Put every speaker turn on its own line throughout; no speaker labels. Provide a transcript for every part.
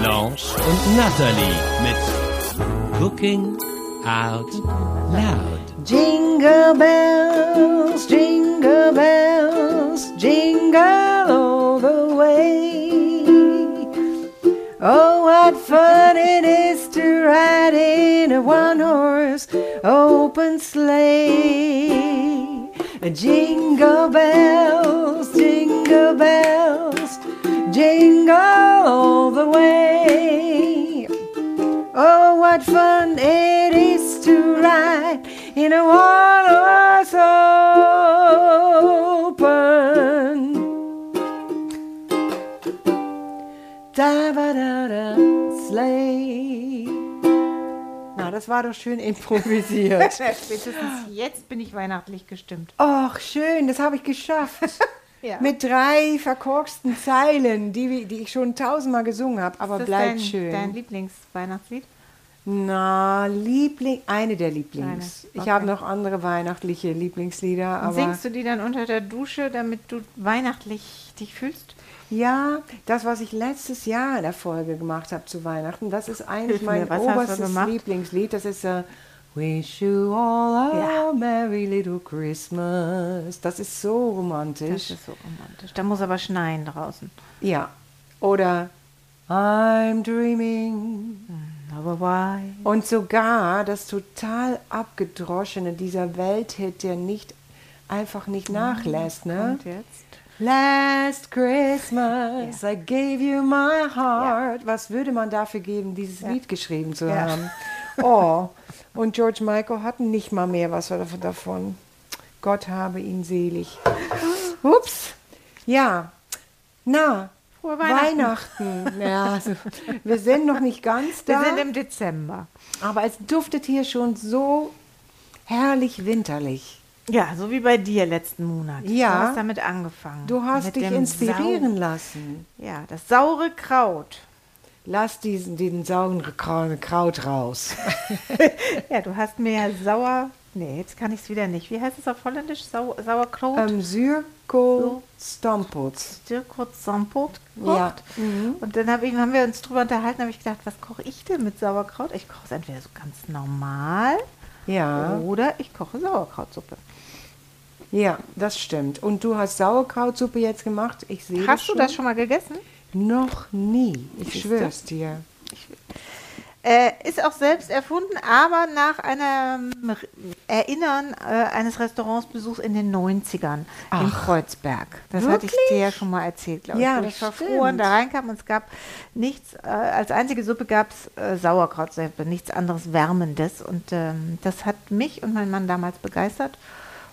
Blanche und Nathalie mit Cooking Out Loud.
Jingle bells, jingle bells, jingle all the way. Oh, what fun it is to ride in a one horse open sleigh. Jingle bells, jingle bells, jingle all the way. Oh, what fun it is to ride in a one horse open. Da ba da da sleigh. Na, das war doch schön improvisiert.
Spätestens jetzt bin ich weihnachtlich gestimmt.
Och, schön, das habe ich geschafft.
Ja.
Mit drei verkorksten Zeilen, die, wir- die ich schon tausendmal gesungen habe, aber
Ist das
bleibt
dein,
schön.
Dein Lieblingsweihnachtslied?
Na, Liebling, eine der Lieblings.
Eine,
Ich habe
okay.
noch andere weihnachtliche Lieblingslieder,
Und
aber
Singst du die dann unter der Dusche, damit du weihnachtlich dich fühlst?
ja, das, was ich letztes Jahr in der Folge gemacht habe zu Weihnachten, das ist eigentlich
Hilf mir,
mein
was hast du
oberstes
gemacht?
Lieblingslied. Das ist äh, Wish you all a
Ja.
merry little Christmas. Das ist so romantisch.
Das ist so romantisch. Da muss aber schneien draußen.
ja. Oder I'm dreaming
Aber why?
Und sogar das total abgedroschene dieser Welthit, der nicht einfach nicht nachlässt, ne?
Und jetzt?
Last Christmas I gave you my heart. Was würde man dafür geben, dieses Lied geschrieben zu
Ja.
haben? Oh, und George Michael hatten nicht mal mehr was dav- davon. Gott habe ihn selig. Ups. Ja. Na,
Frohe Weihnachten.
Weihnachten. Ja, also, wir sind noch nicht ganz da.
Wir sind im Dezember.
Aber es duftet hier schon so herrlich winterlich.
Ja, so wie bei dir letzten Monat.
Ja.
Du hast damit angefangen.
Du hast
Mit
dich
dem
inspirieren
Sau-
lassen.
Ja, das saure Kraut.
Lass diesen, diesen sauren Krau- Kraut raus.
Ja, du hast mir ja sauer. Nee, jetzt kann ich es wieder nicht. Wie heißt es auf Holländisch? Sau Sauerkraut?
ähm, Syrko Stomputz.
dir kurz Sampot
Ja.
gekocht. Und dann hab ich, haben wir uns drüber unterhalten, habe ich gedacht, was koche ich denn mit Sauerkraut? Ich koche es entweder so ganz normal
Ja,
oder ich koche Sauerkrautsuppe.
ja, das stimmt. Und du hast Sauerkrautsuppe jetzt gemacht. Ich sehe
Hast du
schon.
das schon mal gegessen?
Noch nie. Ich
Siehst du?
schwör's dir.
Äh, ist auch selbst erfunden, aber nach einem R- Erinnern äh, eines Restaurantsbesuchs in den 90ern in Kreuzberg. Das hatte ich dir ja schon mal erzählt, glaube
Ja,
ich. Wo
das
ich verfroren
stimmt.
da reinkam und es gab nichts, äh, als einzige Suppe gab es äh, Sauerkrautsuppe, nichts anderes Wärmendes. Und ähm, das hat mich und meinen Mann damals begeistert.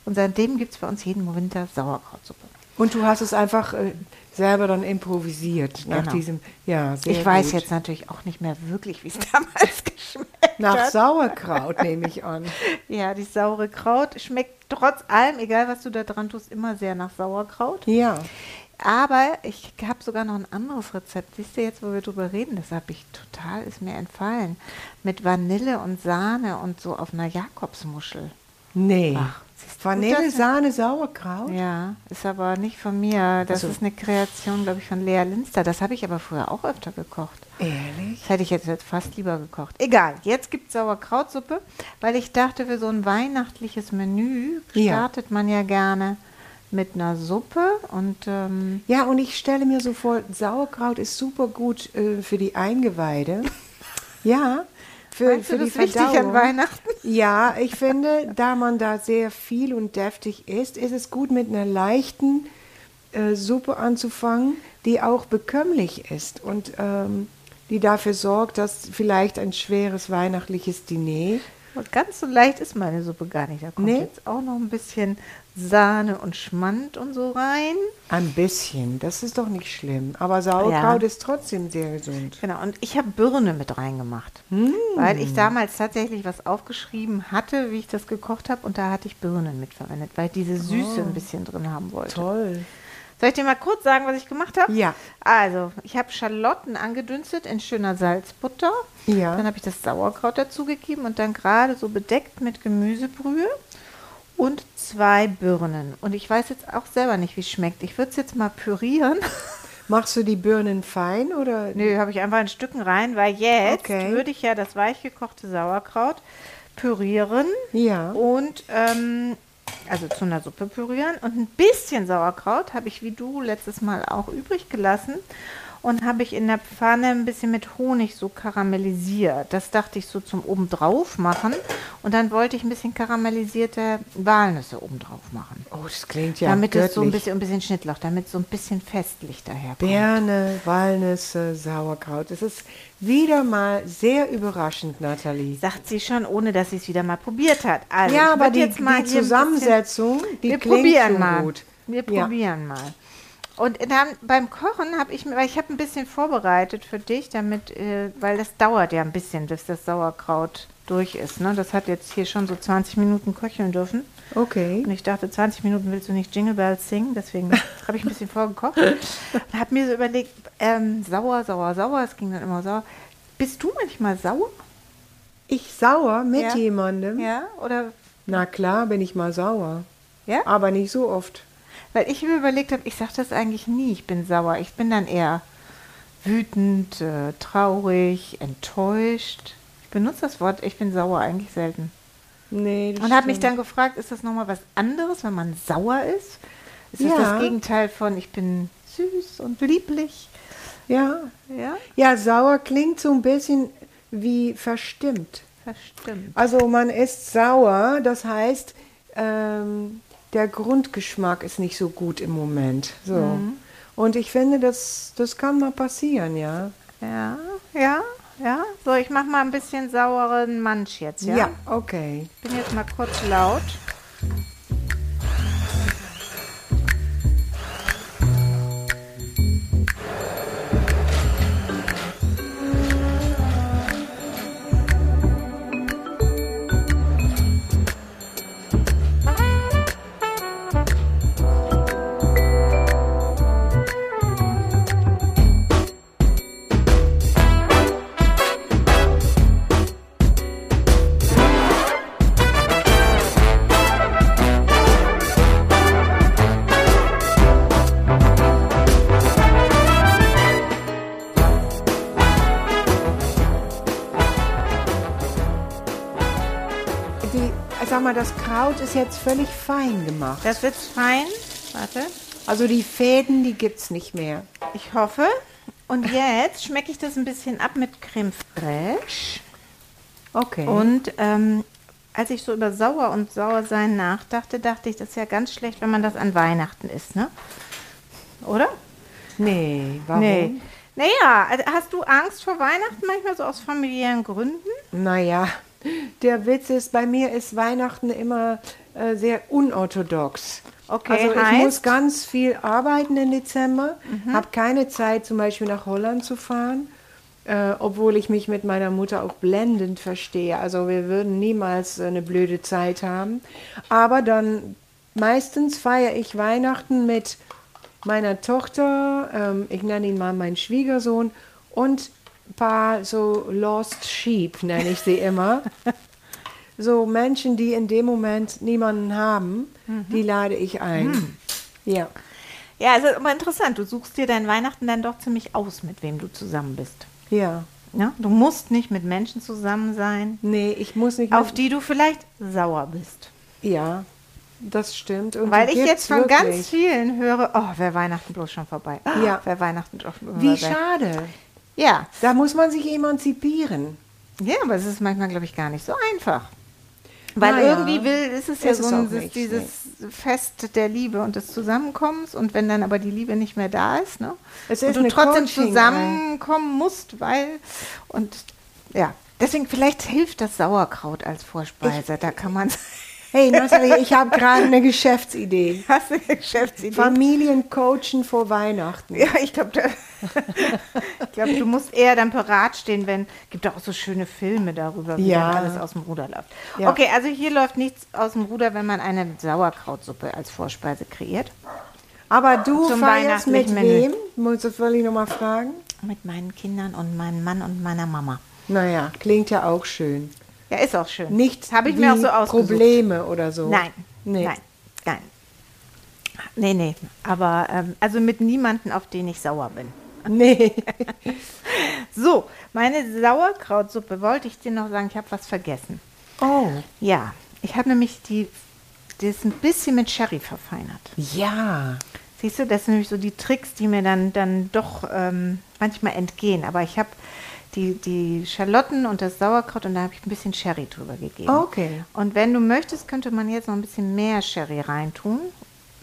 Und seitdem gibt es bei uns jeden Winter Sauerkrautsuppe.
Und du hast es einfach äh, selber dann improvisiert nach
Genau.
diesem. Ja, sehr
ich weiß
gut.
jetzt natürlich auch nicht mehr wirklich, wie es damals geschmeckt
Nach
hat.
Sauerkraut nehme ich an.
Ja, die saure Kraut schmeckt trotz allem, egal was du da dran tust, immer sehr nach Sauerkraut.
Ja.
Aber ich habe sogar noch ein anderes Rezept. Siehst du jetzt, wo wir drüber reden? Das habe ich total, ist mir entfallen. Mit Vanille und Sahne und so auf einer Jakobsmuschel.
Nee.
Ach, siehst du,
Vanille,
das-
Sahne, Sauerkraut?
Ja, ist aber nicht von mir. Das
Also-
ist eine Kreation, glaube ich, von Lea Linster. Das habe ich aber früher auch öfter gekocht.
Ehrlich?
Das hätte ich jetzt fast lieber gekocht. Egal, jetzt gibt es Sauerkrautsuppe, weil ich dachte, für so ein weihnachtliches Menü
Ja.
startet man ja gerne mit einer Suppe und ähm,
Ja, und ich stelle mir so vor, Sauerkraut ist super gut äh, für die Eingeweide. ja. Für,
Meinst du,
für die
das ist wichtig an
Verdauung.
Weihnachten?
Ja, ich finde, da man da sehr viel und deftig isst, ist es gut, mit einer leichten äh, Suppe anzufangen, die auch bekömmlich ist und ähm, die dafür sorgt, dass vielleicht ein schweres weihnachtliches Diner
ganz so leicht ist meine Suppe gar nicht. Da kommt
Nee.
jetzt auch noch ein bisschen Sahne und Schmand und so rein.
Ein bisschen, das ist doch nicht schlimm. Aber Sauerkraut ist trotzdem sehr gesund.
Genau, und ich habe Birne mit reingemacht, weil ich damals tatsächlich was aufgeschrieben hatte, wie ich das gekocht habe, und da hatte ich Birnen mitverwendet, weil ich diese Süße ein bisschen drin haben wollte.
Toll.
Soll ich dir mal kurz sagen, was ich gemacht habe?
Ja.
Also, ich habe Schalotten angedünstet in schöner Salzbutter.
Ja.
Dann habe ich das Sauerkraut dazugegeben und dann gerade so bedeckt mit Gemüsebrühe und zwei Birnen. Und ich weiß jetzt auch selber nicht, wie es schmeckt. Ich würde es jetzt mal pürieren.
Machst du die Birnen fein oder?
Nö, habe ich einfach in Stücken rein, weil jetzt
Okay.
würde ich ja das weich gekochte Sauerkraut pürieren
Ja.
und ähm, also zu einer Suppe pürieren und ein bisschen Sauerkraut habe ich wie du letztes Mal auch übrig gelassen und habe ich in der Pfanne ein bisschen mit Honig so karamellisiert. Das dachte ich so zum obendrauf machen und dann wollte ich ein bisschen karamellisierte Walnüsse obendrauf machen.
Oh, das klingt ja
damit
göttlich.
es so ein bisschen, ein bisschen Schnittlauch, damit so ein bisschen festlich daherkommt.
Birne, Walnüsse, Sauerkraut. Es ist wieder mal sehr überraschend, Nathalie.
Sagt sie schon, ohne dass sie es wieder mal probiert hat. Also, ich
Ja, aber
würd
die,
jetzt mal
die
hier ein
Zusammensetzung, die
wir
klingt
probieren
schon
mal.
gut.
Wir
Ja.
probieren mal. Und dann beim Kochen habe ich mir, weil ich habe ein bisschen vorbereitet für dich, damit, äh, weil das dauert ja ein bisschen, bis das Sauerkraut durch ist. Ne? Das hat jetzt hier schon so 20 Minuten köcheln dürfen.
Okay.
Und ich dachte, 20 Minuten willst du nicht Jingle Bells singen, deswegen habe ich ein bisschen vorgekocht und habe mir so überlegt, ähm, sauer, sauer, sauer, es ging dann immer sauer. Bist du manchmal sauer?
Ich sauer mit
Ja.
jemandem?
Ja? Oder
Na klar, bin ich mal sauer.
Ja?
Aber nicht so oft.
Weil ich mir überlegt habe, ich sage das eigentlich nie, ich bin sauer. Ich bin dann eher wütend, äh, traurig, enttäuscht. Ich benutze das Wort, ich bin sauer eigentlich selten.
Nee, das
Und habe mich
stimmt.
dann gefragt, ist das nochmal was anderes, wenn man sauer ist? Ist das
Ja.
das Gegenteil von ich bin süß und lieblich?
Ja.
Ja,
ja, sauer klingt so ein bisschen wie verstimmt.
das stimmt.
Also man ist sauer, das heißt, ähm, der Grundgeschmack ist nicht so gut im Moment. So.
Mhm.
Und ich finde, das, das kann mal passieren, ja.
Ja, ja, ja. So, ich mache mal ein bisschen sauren Mansch jetzt, ja?
okay.
Ich bin jetzt mal kurz laut.
Die, sag mal, das Kraut ist jetzt völlig fein gemacht.
Das wird fein. Warte.
Also die Fäden, die gibt's nicht mehr.
Ich hoffe. Und jetzt schmecke ich das ein bisschen ab mit Creme fraiche.
Okay.
Und ähm, als ich so über sauer und sauer sein nachdachte, dachte ich, das ist ja ganz schlecht, wenn man das an Weihnachten isst, ne? Oder?
nee, warum?
Naja, also hast du Angst vor Weihnachten manchmal so aus familiären Gründen?
Naja, der Witz ist, bei mir ist Weihnachten immer äh, sehr unorthodox.
Okay,
also ich
heißt? Mhm.
muss ganz viel arbeiten im Dezember, habe keine Zeit zum Beispiel nach Holland zu fahren, äh, obwohl ich mich mit meiner Mutter auch blendend verstehe. Also wir würden niemals äh, eine blöde Zeit haben. Aber dann meistens feiere ich Weihnachten mit meiner Tochter, ähm, ich nenne ihn mal meinen Schwiegersohn und ein paar so Lost Sheep nenne ich sie immer. so Menschen, die in dem Moment niemanden haben,
Mhm.
die lade ich ein. Ja.
Ja, also immer interessant. Du suchst dir dein Weihnachten dann doch ziemlich aus, mit wem du zusammen bist.
Ja.
Ja? Du musst nicht mit Menschen zusammen sein,
Nee, ich muss nicht
auf
mit-
die du vielleicht sauer bist.
Ja, das stimmt. Und
Weil
die
ich jetzt
gibt's
von ganz
wirklich.
vielen höre, oh, wäre Weihnachten bloß schon vorbei.
Ja.
Wäre Weihnachten doch schon
Wie
vorbei.
schade.
Ja.
Da muss man sich emanzipieren.
ja, aber es ist manchmal, glaube ich, gar nicht so einfach. Weil
Naja,
irgendwie will, ist es ja
ist
so
es
ein,
auch
dieses-
nicht,
dieses Fest der Liebe und des Zusammenkommens und wenn dann aber die Liebe nicht mehr da ist, ne?
Es
und
ist
du
eine
trotzdem
Coaching-
zusammenkommen musst, weil und ja, deswegen vielleicht hilft das Sauerkraut als Vorspeise, da kann man
Hey Nathalie, ich habe gerade eine Geschäftsidee.
Hast du eine Geschäftsidee?
Familiencoachen vor Weihnachten.
Ja, ich glaube, glaub, du musst eher dann parat stehen, wenn gibt doch auch so schöne Filme darüber, wie
Ja.
dann alles aus dem Ruder läuft.
Ja.
Okay, also hier läuft nichts aus dem Ruder, wenn man eine Sauerkrautsuppe als Vorspeise kreiert.
Aber du
Zum
feierst mit
weihnachtlichen Menü.
wem? Muss ich wirklich nochmal fragen?
Mit meinen Kindern und meinem Mann und meiner Mama.
Naja, klingt ja auch schön.
Ja, ist auch schön.
Nicht
habe ich
wie
mir auch so ausgesucht.
Probleme oder so.
Nein,
Nee.
nein, nein. Nee, nee. Aber ähm, also mit niemanden, auf den ich sauer bin.
Nee.
So, meine Sauerkrautsuppe wollte ich dir noch sagen, ich habe was vergessen.
Oh.
Ja, ich habe nämlich die, das ein bisschen mit Sherry verfeinert.
Ja.
Siehst du, das sind nämlich so die Tricks, die mir dann, dann doch ähm, manchmal entgehen. Aber ich habe die, die Schalotten und das Sauerkraut und da habe ich ein bisschen Sherry drüber gegeben.
Okay.
Und wenn du möchtest, könnte man jetzt noch ein bisschen mehr Sherry reintun.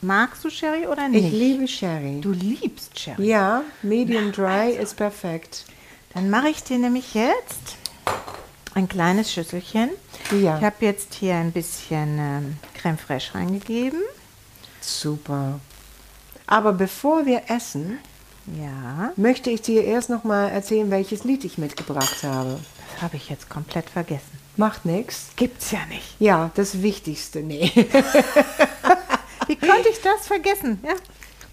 Magst du Sherry oder
Ich
nicht?
liebe Sherry.
Du also- liebst Sherry.
Ja, medium dry ist perfekt.
Dann mache ich dir nämlich jetzt ein kleines Schüsselchen.
Ja.
Ich habe jetzt hier ein bisschen ähm, Creme fraiche reingegeben.
Super. Aber bevor wir essen,
Ja,
möchte ich dir erst noch mal erzählen, welches Lied ich mitgebracht habe.
das habe ich jetzt komplett vergessen.
Macht nichts.
Gibt's ja nicht.
Ja, das Wichtigste, nee.
Wie konnte ich das vergessen? Ja.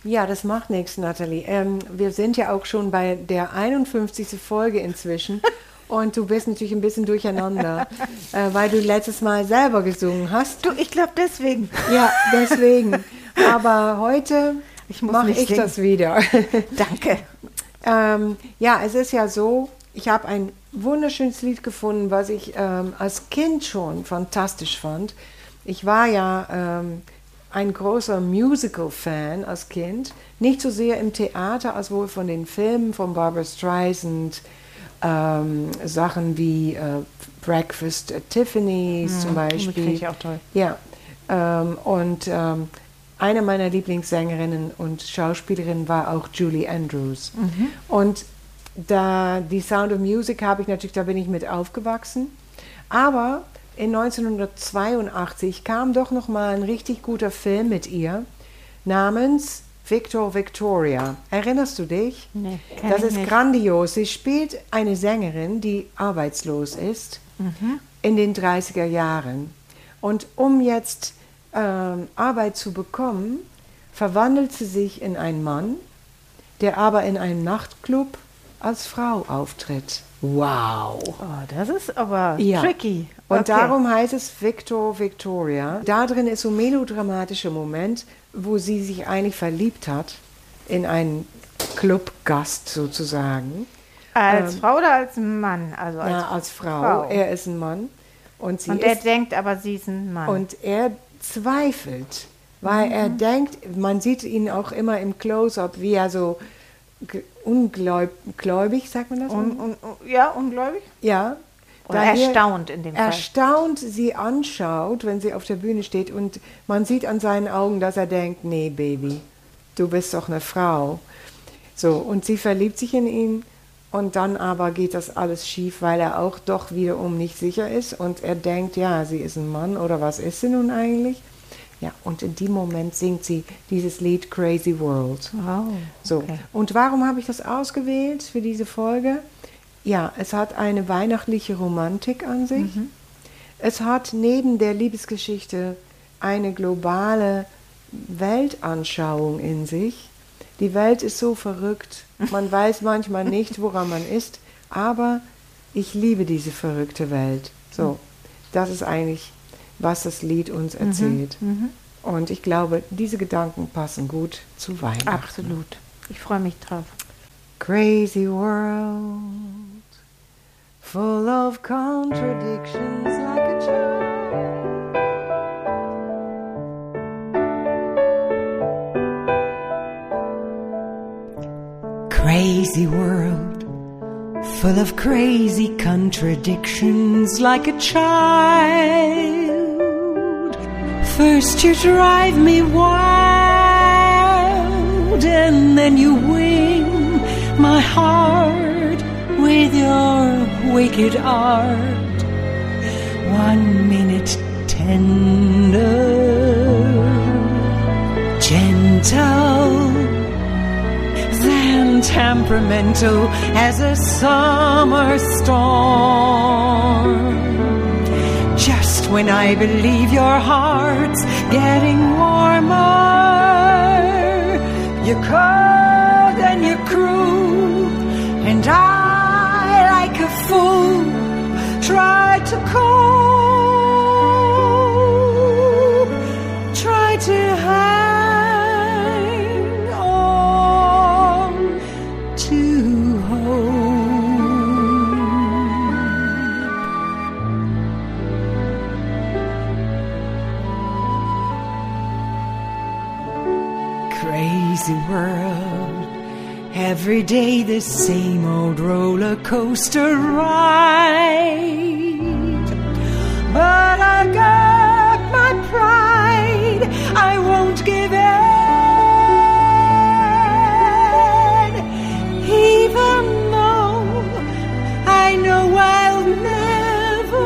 Ja, das macht nichts, Nathalie. Ähm, wir sind ja auch schon bei der 51. Folge inzwischen. Und du bist natürlich ein bisschen durcheinander, äh, weil du letztes Mal selber gesungen hast.
Du, ich glaube deswegen.
Ja, deswegen. Aber heute
Ich muss
mache
nicht
ich
singen.
das wieder.
Danke.
Ähm, ja, es ist ja so, ich habe ein wunderschönes Lied gefunden, was ich ähm, als Kind schon fantastisch fand. Ich war ja ähm, ein großer Musical-Fan als Kind. Nicht so sehr im Theater, als wohl von den Filmen von Barbara Streisand. Ähm, Sachen wie äh, Breakfast at Tiffany's zum Beispiel.
finde Mhm, ich auch toll.
Ja, ähm, und ähm, eine meiner Lieblingssängerinnen und Schauspielerinnen war auch Julie Andrews.
Mhm.
Und da die Sound of Music habe ich natürlich, da bin ich mit aufgewachsen. Aber in 1982 kam doch noch mal ein richtig guter Film mit ihr namens Victor Victoria. Erinnerst du dich?
Nee, kenn
das
ich
ist
nicht.
grandios. Sie spielt eine Sängerin, die arbeitslos ist in den 30er Jahren. Und um jetzt ähm, Arbeit zu bekommen, verwandelt sie sich in einen Mann, der aber in einem Nachtclub als Frau auftritt. Wow.
Oh, das ist aber
Ja.
tricky.
Und
Okay.
darum heißt es Victor Victoria. Da drin ist so ein melodramatischer Moment, wo sie sich eigentlich verliebt hat in einen Clubgast sozusagen.
Als Frau oder als Mann? Also ähm, als
Ja, als Frau.
Frau.
Er ist ein Mann. Und sie
und der
ist
denkt aber, sie ist ein Mann.
Und er zweifelt, weil er
Mhm.
denkt, man sieht ihn auch immer im Close-up, wie er so ge- ungläub- gläubig, sagt man das?
Un- un- un- ja, ungläubig.
ja.
Oder
Daher-
erstaunt in dem Fall.
Erstaunt sie anschaut, wenn sie auf der Bühne steht und man sieht an seinen Augen, dass er denkt, nee, Baby, du bist doch eine Frau. So, und sie verliebt sich in ihn und dann aber geht das alles schief, weil er auch doch wiederum nicht sicher ist und er denkt, ja, sie ist ein Mann oder was ist sie nun eigentlich? Ja, und in dem Moment singt sie dieses Lied Crazy World.
Wow.
So,
Okay.
und warum habe ich das ausgewählt für diese Folge? Ja, es hat eine weihnachtliche Romantik an sich. Es hat neben der Liebesgeschichte eine globale Weltanschauung in sich. Die Welt ist so verrückt. Man weiß manchmal nicht, woran man ist, aber ich liebe diese verrückte Welt. So, das ist eigentlich, was das Lied uns erzählt. Und ich glaube, diese Gedanken passen gut zu Weihnachten.
Absolut. Ich freue mich drauf.
Crazy world, full of contradictions like a child.
Crazy world, full of crazy contradictions like a child. First you drive me wild, and then you win my heart with your wicked art. One minute tender, gentle, than temperamental as a summer storm. Just when I believe your heart's getting warmer, you're cold and you're cruel, and I, like a fool, try to cope, try to hang on to hope. crazy world. Every day the same old roller coaster ride. But I got my pride, I won't give in. Even though I know I'll never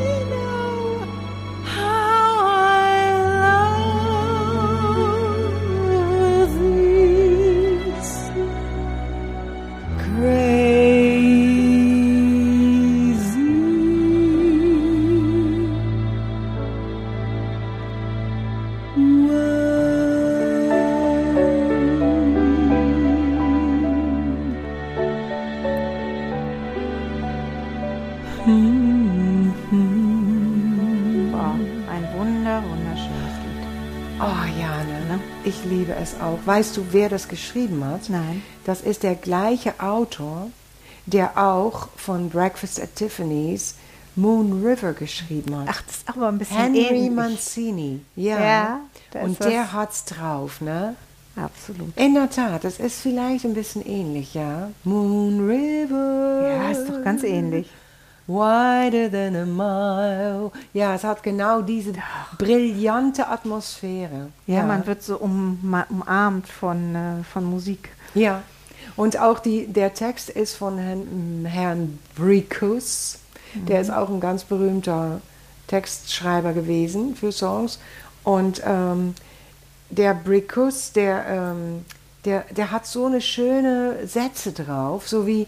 win. Oh, how I love this crazy
Wow, ein wunder, wunderschönes Lied.
Oh, Jana, ich liebe es auch. Weißt du, wer das geschrieben hat?
Nein.
Das ist der gleiche Autor, der auch von Breakfast at Tiffany's Moon River geschrieben hat.
Ach, das ist aber ein bisschen
Henry
ähnlich.
Mancini. Ja.
Ja, da
Und
ist was.
der hat's drauf, ne?
Absolut.
In der Tat, das ist vielleicht ein bisschen ähnlich, ja. Moon River.
Ja, ist doch ganz ähnlich.
Wider than a mile. Ja, es hat genau diese brillante Atmosphäre.
Ja, man wird so um, ma- umarmt von, äh, von Musik.
Ja, und auch die, der Text ist von Herrn, mm, Herrn Bricus. Der ist auch ein ganz berühmter Textschreiber gewesen für Songs. Und ähm, der Bricus, der, ähm, der, der hat so eine schöne Sätze drauf, so wie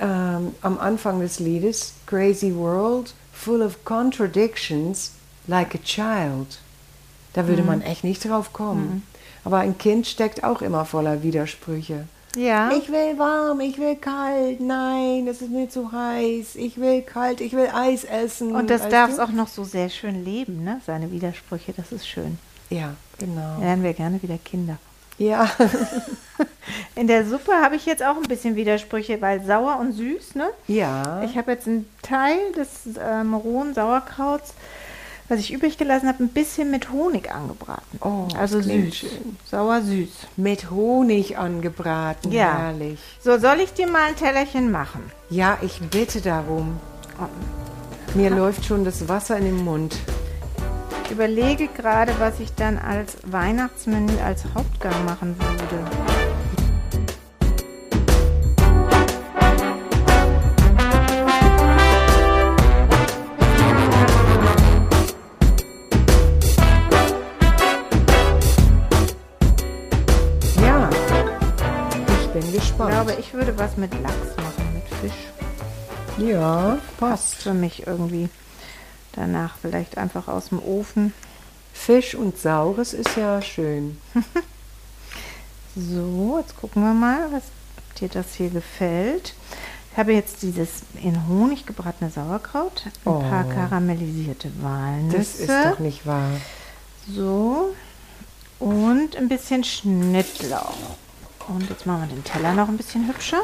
ähm, am Anfang des Liedes: Crazy World, full of contradictions, like a child. Da
Mhm.
würde man echt nicht drauf kommen. Aber ein Kind steckt auch immer voller Widersprüche.
Ja.
Ich will warm, ich will kalt, nein, es ist mir zu heiß, ich will kalt, ich will Eis essen.
Und das
Hm, weißt
darf es
du?
auch noch so sehr schön leben, ne? seine Widersprüche, das ist schön.
Ja, genau.
Lernen wir gerne wieder Kinder.
Ja,
In der Suppe habe ich jetzt auch ein bisschen Widersprüche, weil sauer und süß, ne?
ja.
Ich habe jetzt einen Teil des äh, Maronen-Sauerkrauts, was ich übrig gelassen habe, ein bisschen mit Honig angebraten.
Oh, das
also
klingt
süß. Sauer süß.
mit Honig angebraten,
Ja.
herrlich.
So, soll ich dir mal ein Tellerchen machen?
Ja, ich bitte darum.
Oh.
Mir läuft schon das Wasser in den Mund.
Ich überlege gerade, was ich dann als Weihnachtsmenü, als Hauptgang machen würde.
Ja, ich bin
Ich
gespannt.
glaube, ich würde was mit Lachs machen, mit Fisch.
ja,
Passt
passt.
für mich irgendwie. Danach vielleicht einfach aus dem Ofen.
Fisch und Saures ist ja schön.
So, jetzt gucken wir mal, was ob dir das hier gefällt. Ich habe jetzt dieses in Honig gebratene Sauerkraut, ein
Oh.
paar karamellisierte Walnüsse.
Das ist doch nicht wahr.
So. Und ein bisschen Schnittlauch. Und jetzt machen wir den Teller noch ein bisschen hübscher.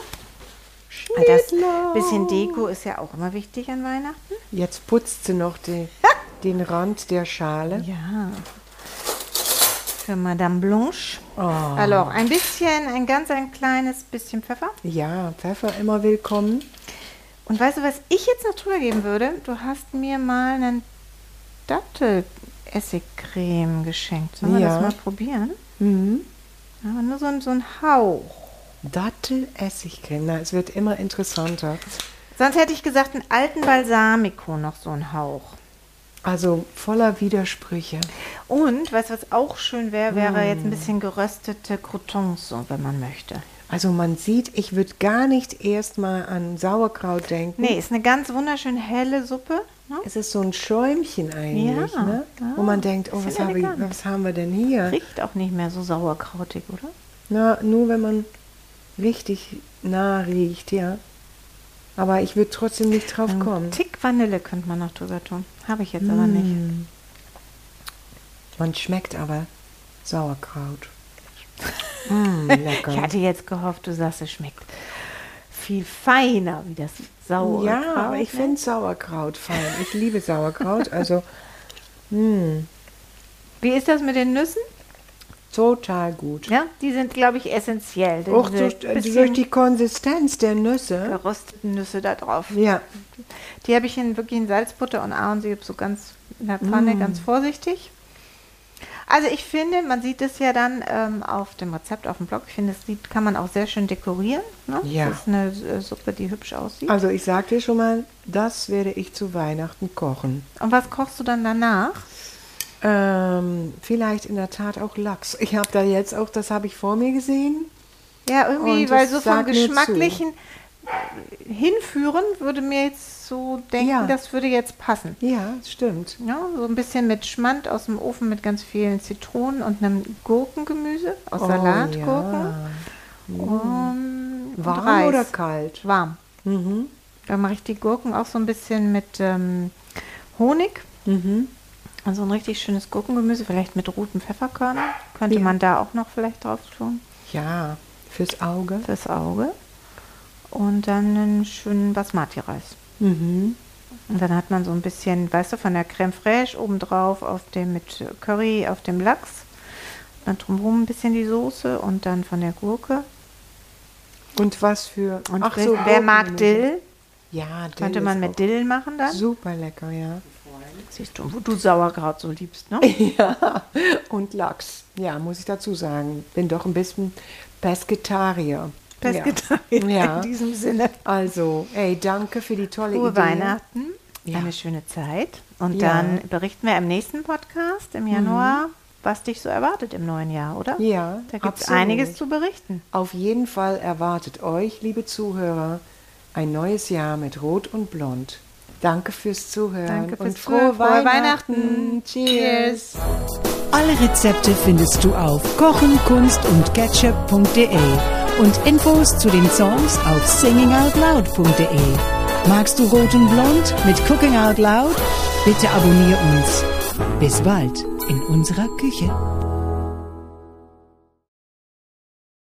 Weil Das
Schnittlauch.
bisschen Deko ist ja auch immer wichtig an Weihnachten.
Jetzt putzt sie noch die, den Rand der Schale.
Ja. Für Madame Blanche.
Oh.
Alors, ein bisschen, ein ganz ein kleines bisschen Pfeffer.
Ja, Pfeffer immer willkommen.
Und weißt du, was ich jetzt noch drüber geben würde? Du hast mir mal einen Dattel-Essigcreme geschenkt. Sollen wir
Ja.
das mal probieren?
Mhm.
Aber nur so, ein- so ein Hauch.
Datteressigcreme. Na, es wird immer interessanter.
Sonst hätte ich gesagt, einen alten Balsamico noch so einen Hauch.
Also voller Widersprüche.
Und, weißt du, was auch schön wäre, wäre jetzt
Mhm.
ein bisschen geröstete Croutons, so, wenn man möchte.
Also man sieht, ich würde gar nicht erst mal an Sauerkraut denken.
Nee, ist eine ganz wunderschön helle Suppe. Ne?
Es ist so ein Schäumchen eigentlich,
Ja,
ne?
ja.
wo man denkt, oh, was,
Bisschen
hab ich,
elegant.
was haben wir denn hier?
Riecht auch nicht mehr so sauerkrautig, oder?
Na, nur wenn man richtig nah riecht, ja. Aber ich würde trotzdem nicht drauf kommen.
Ein Ähm, Tick Vanille könnte man noch drüber tun. Habe ich jetzt aber
Mm,
nicht.
Man schmeckt aber Sauerkraut. mm, lecker.
Ich hatte jetzt gehofft, du sagst, es schmeckt viel feiner wie das saure.
ja, aber ich
ne?
finde Sauerkraut fein. Ich liebe Sauerkraut, also
Wie ist das mit den Nüssen?
total gut.
Ja, die sind, glaube ich, essentiell. denn
Auch
diese
durch, also
bisschen
durch die Konsistenz der Nüsse.
gerösteten Nüsse da drauf.
Ja,
Die habe ich in wirklich in Salzbutter und Ahornsirup so ganz in der Pfanne,
Mm.
ganz vorsichtig. Also ich finde, man sieht es ja dann ähm, auf dem Rezept auf dem Blog. Ich finde, das sieht, kann man auch sehr schön dekorieren. Ne?
Ja.
Das ist eine äh, Suppe, die hübsch aussieht.
also ich sagte schon mal, das werde ich zu Weihnachten kochen.
Und was kochst du dann danach?
Ähm, vielleicht in der Tat auch Lachs. Ich habe da jetzt auch, das habe ich vor mir gesehen.
Ja, irgendwie,
Und
weil
das
so vom
sag mir zu.
geschmacklichen äh, Hinführen würde mir jetzt so denken,
Ja.
das würde jetzt passen.
Ja, stimmt.
Ja, so ein bisschen mit Schmand aus dem Ofen mit ganz vielen Zitronen und einem Gurkengemüse aus
Oh,
Salatgurken.
ja.
Um, und
Ähm, Warm
Reis.
oder kalt?
Warm.
Mhm.
Da mache ich die Gurken auch so ein bisschen mit ähm, Honig.
Mhm.
Also ein richtig schönes Gurkengemüse, vielleicht mit roten Pfefferkörnern. Könnte
Ja.
man da auch noch vielleicht drauf tun.
Ja, fürs Auge.
Fürs Auge. Und dann einen schönen Basmati-Reis.
Mhm.
Und dann hat man so ein bisschen, weißt du, von der Creme fraiche obendrauf auf dem mit Curry auf dem Lachs. Dann drumherum ein bisschen die Soße und dann von der Gurke.
Und was für.
Und wer, wer mag
Gurkengemüse.
Dill?
Ja, Dill.
Könnte
ist
man
auch
mit Dill machen dann?
Super lecker, ja.
Siehst du, wo du Sauerkraut so liebst, ne?
Ja, und Lachs. Ja, muss ich dazu sagen. Bin doch ein bisschen Pesketarier.
Pescatarier
Ja.
in
ja.
diesem Sinne.
Also, ey, danke für die tolle
Frohe
Idee.
Weihnachten,
Ja.
eine schöne Zeit. Und
Ja.
dann berichten wir im nächsten Podcast im Januar, was dich so erwartet im neuen Jahr, oder?
Ja,
Da gibt es
absolut.
einiges zu berichten.
Auf jeden Fall erwartet euch, liebe Zuhörer, ein neues Jahr mit Rot und Blond. Danke fürs Zuhören
Danke fürs
und frohe,
Zuhören. Frohe Weihnachten.
Weihnachten. Cheers.
Alle Rezepte findest du auf kochen, kunst und ketchup.de und Infos zu den Songs auf singingoutloud.de. Magst du Rot und Blond mit Cooking Out Loud? Bitte abonnier uns. Bis bald in unserer Küche.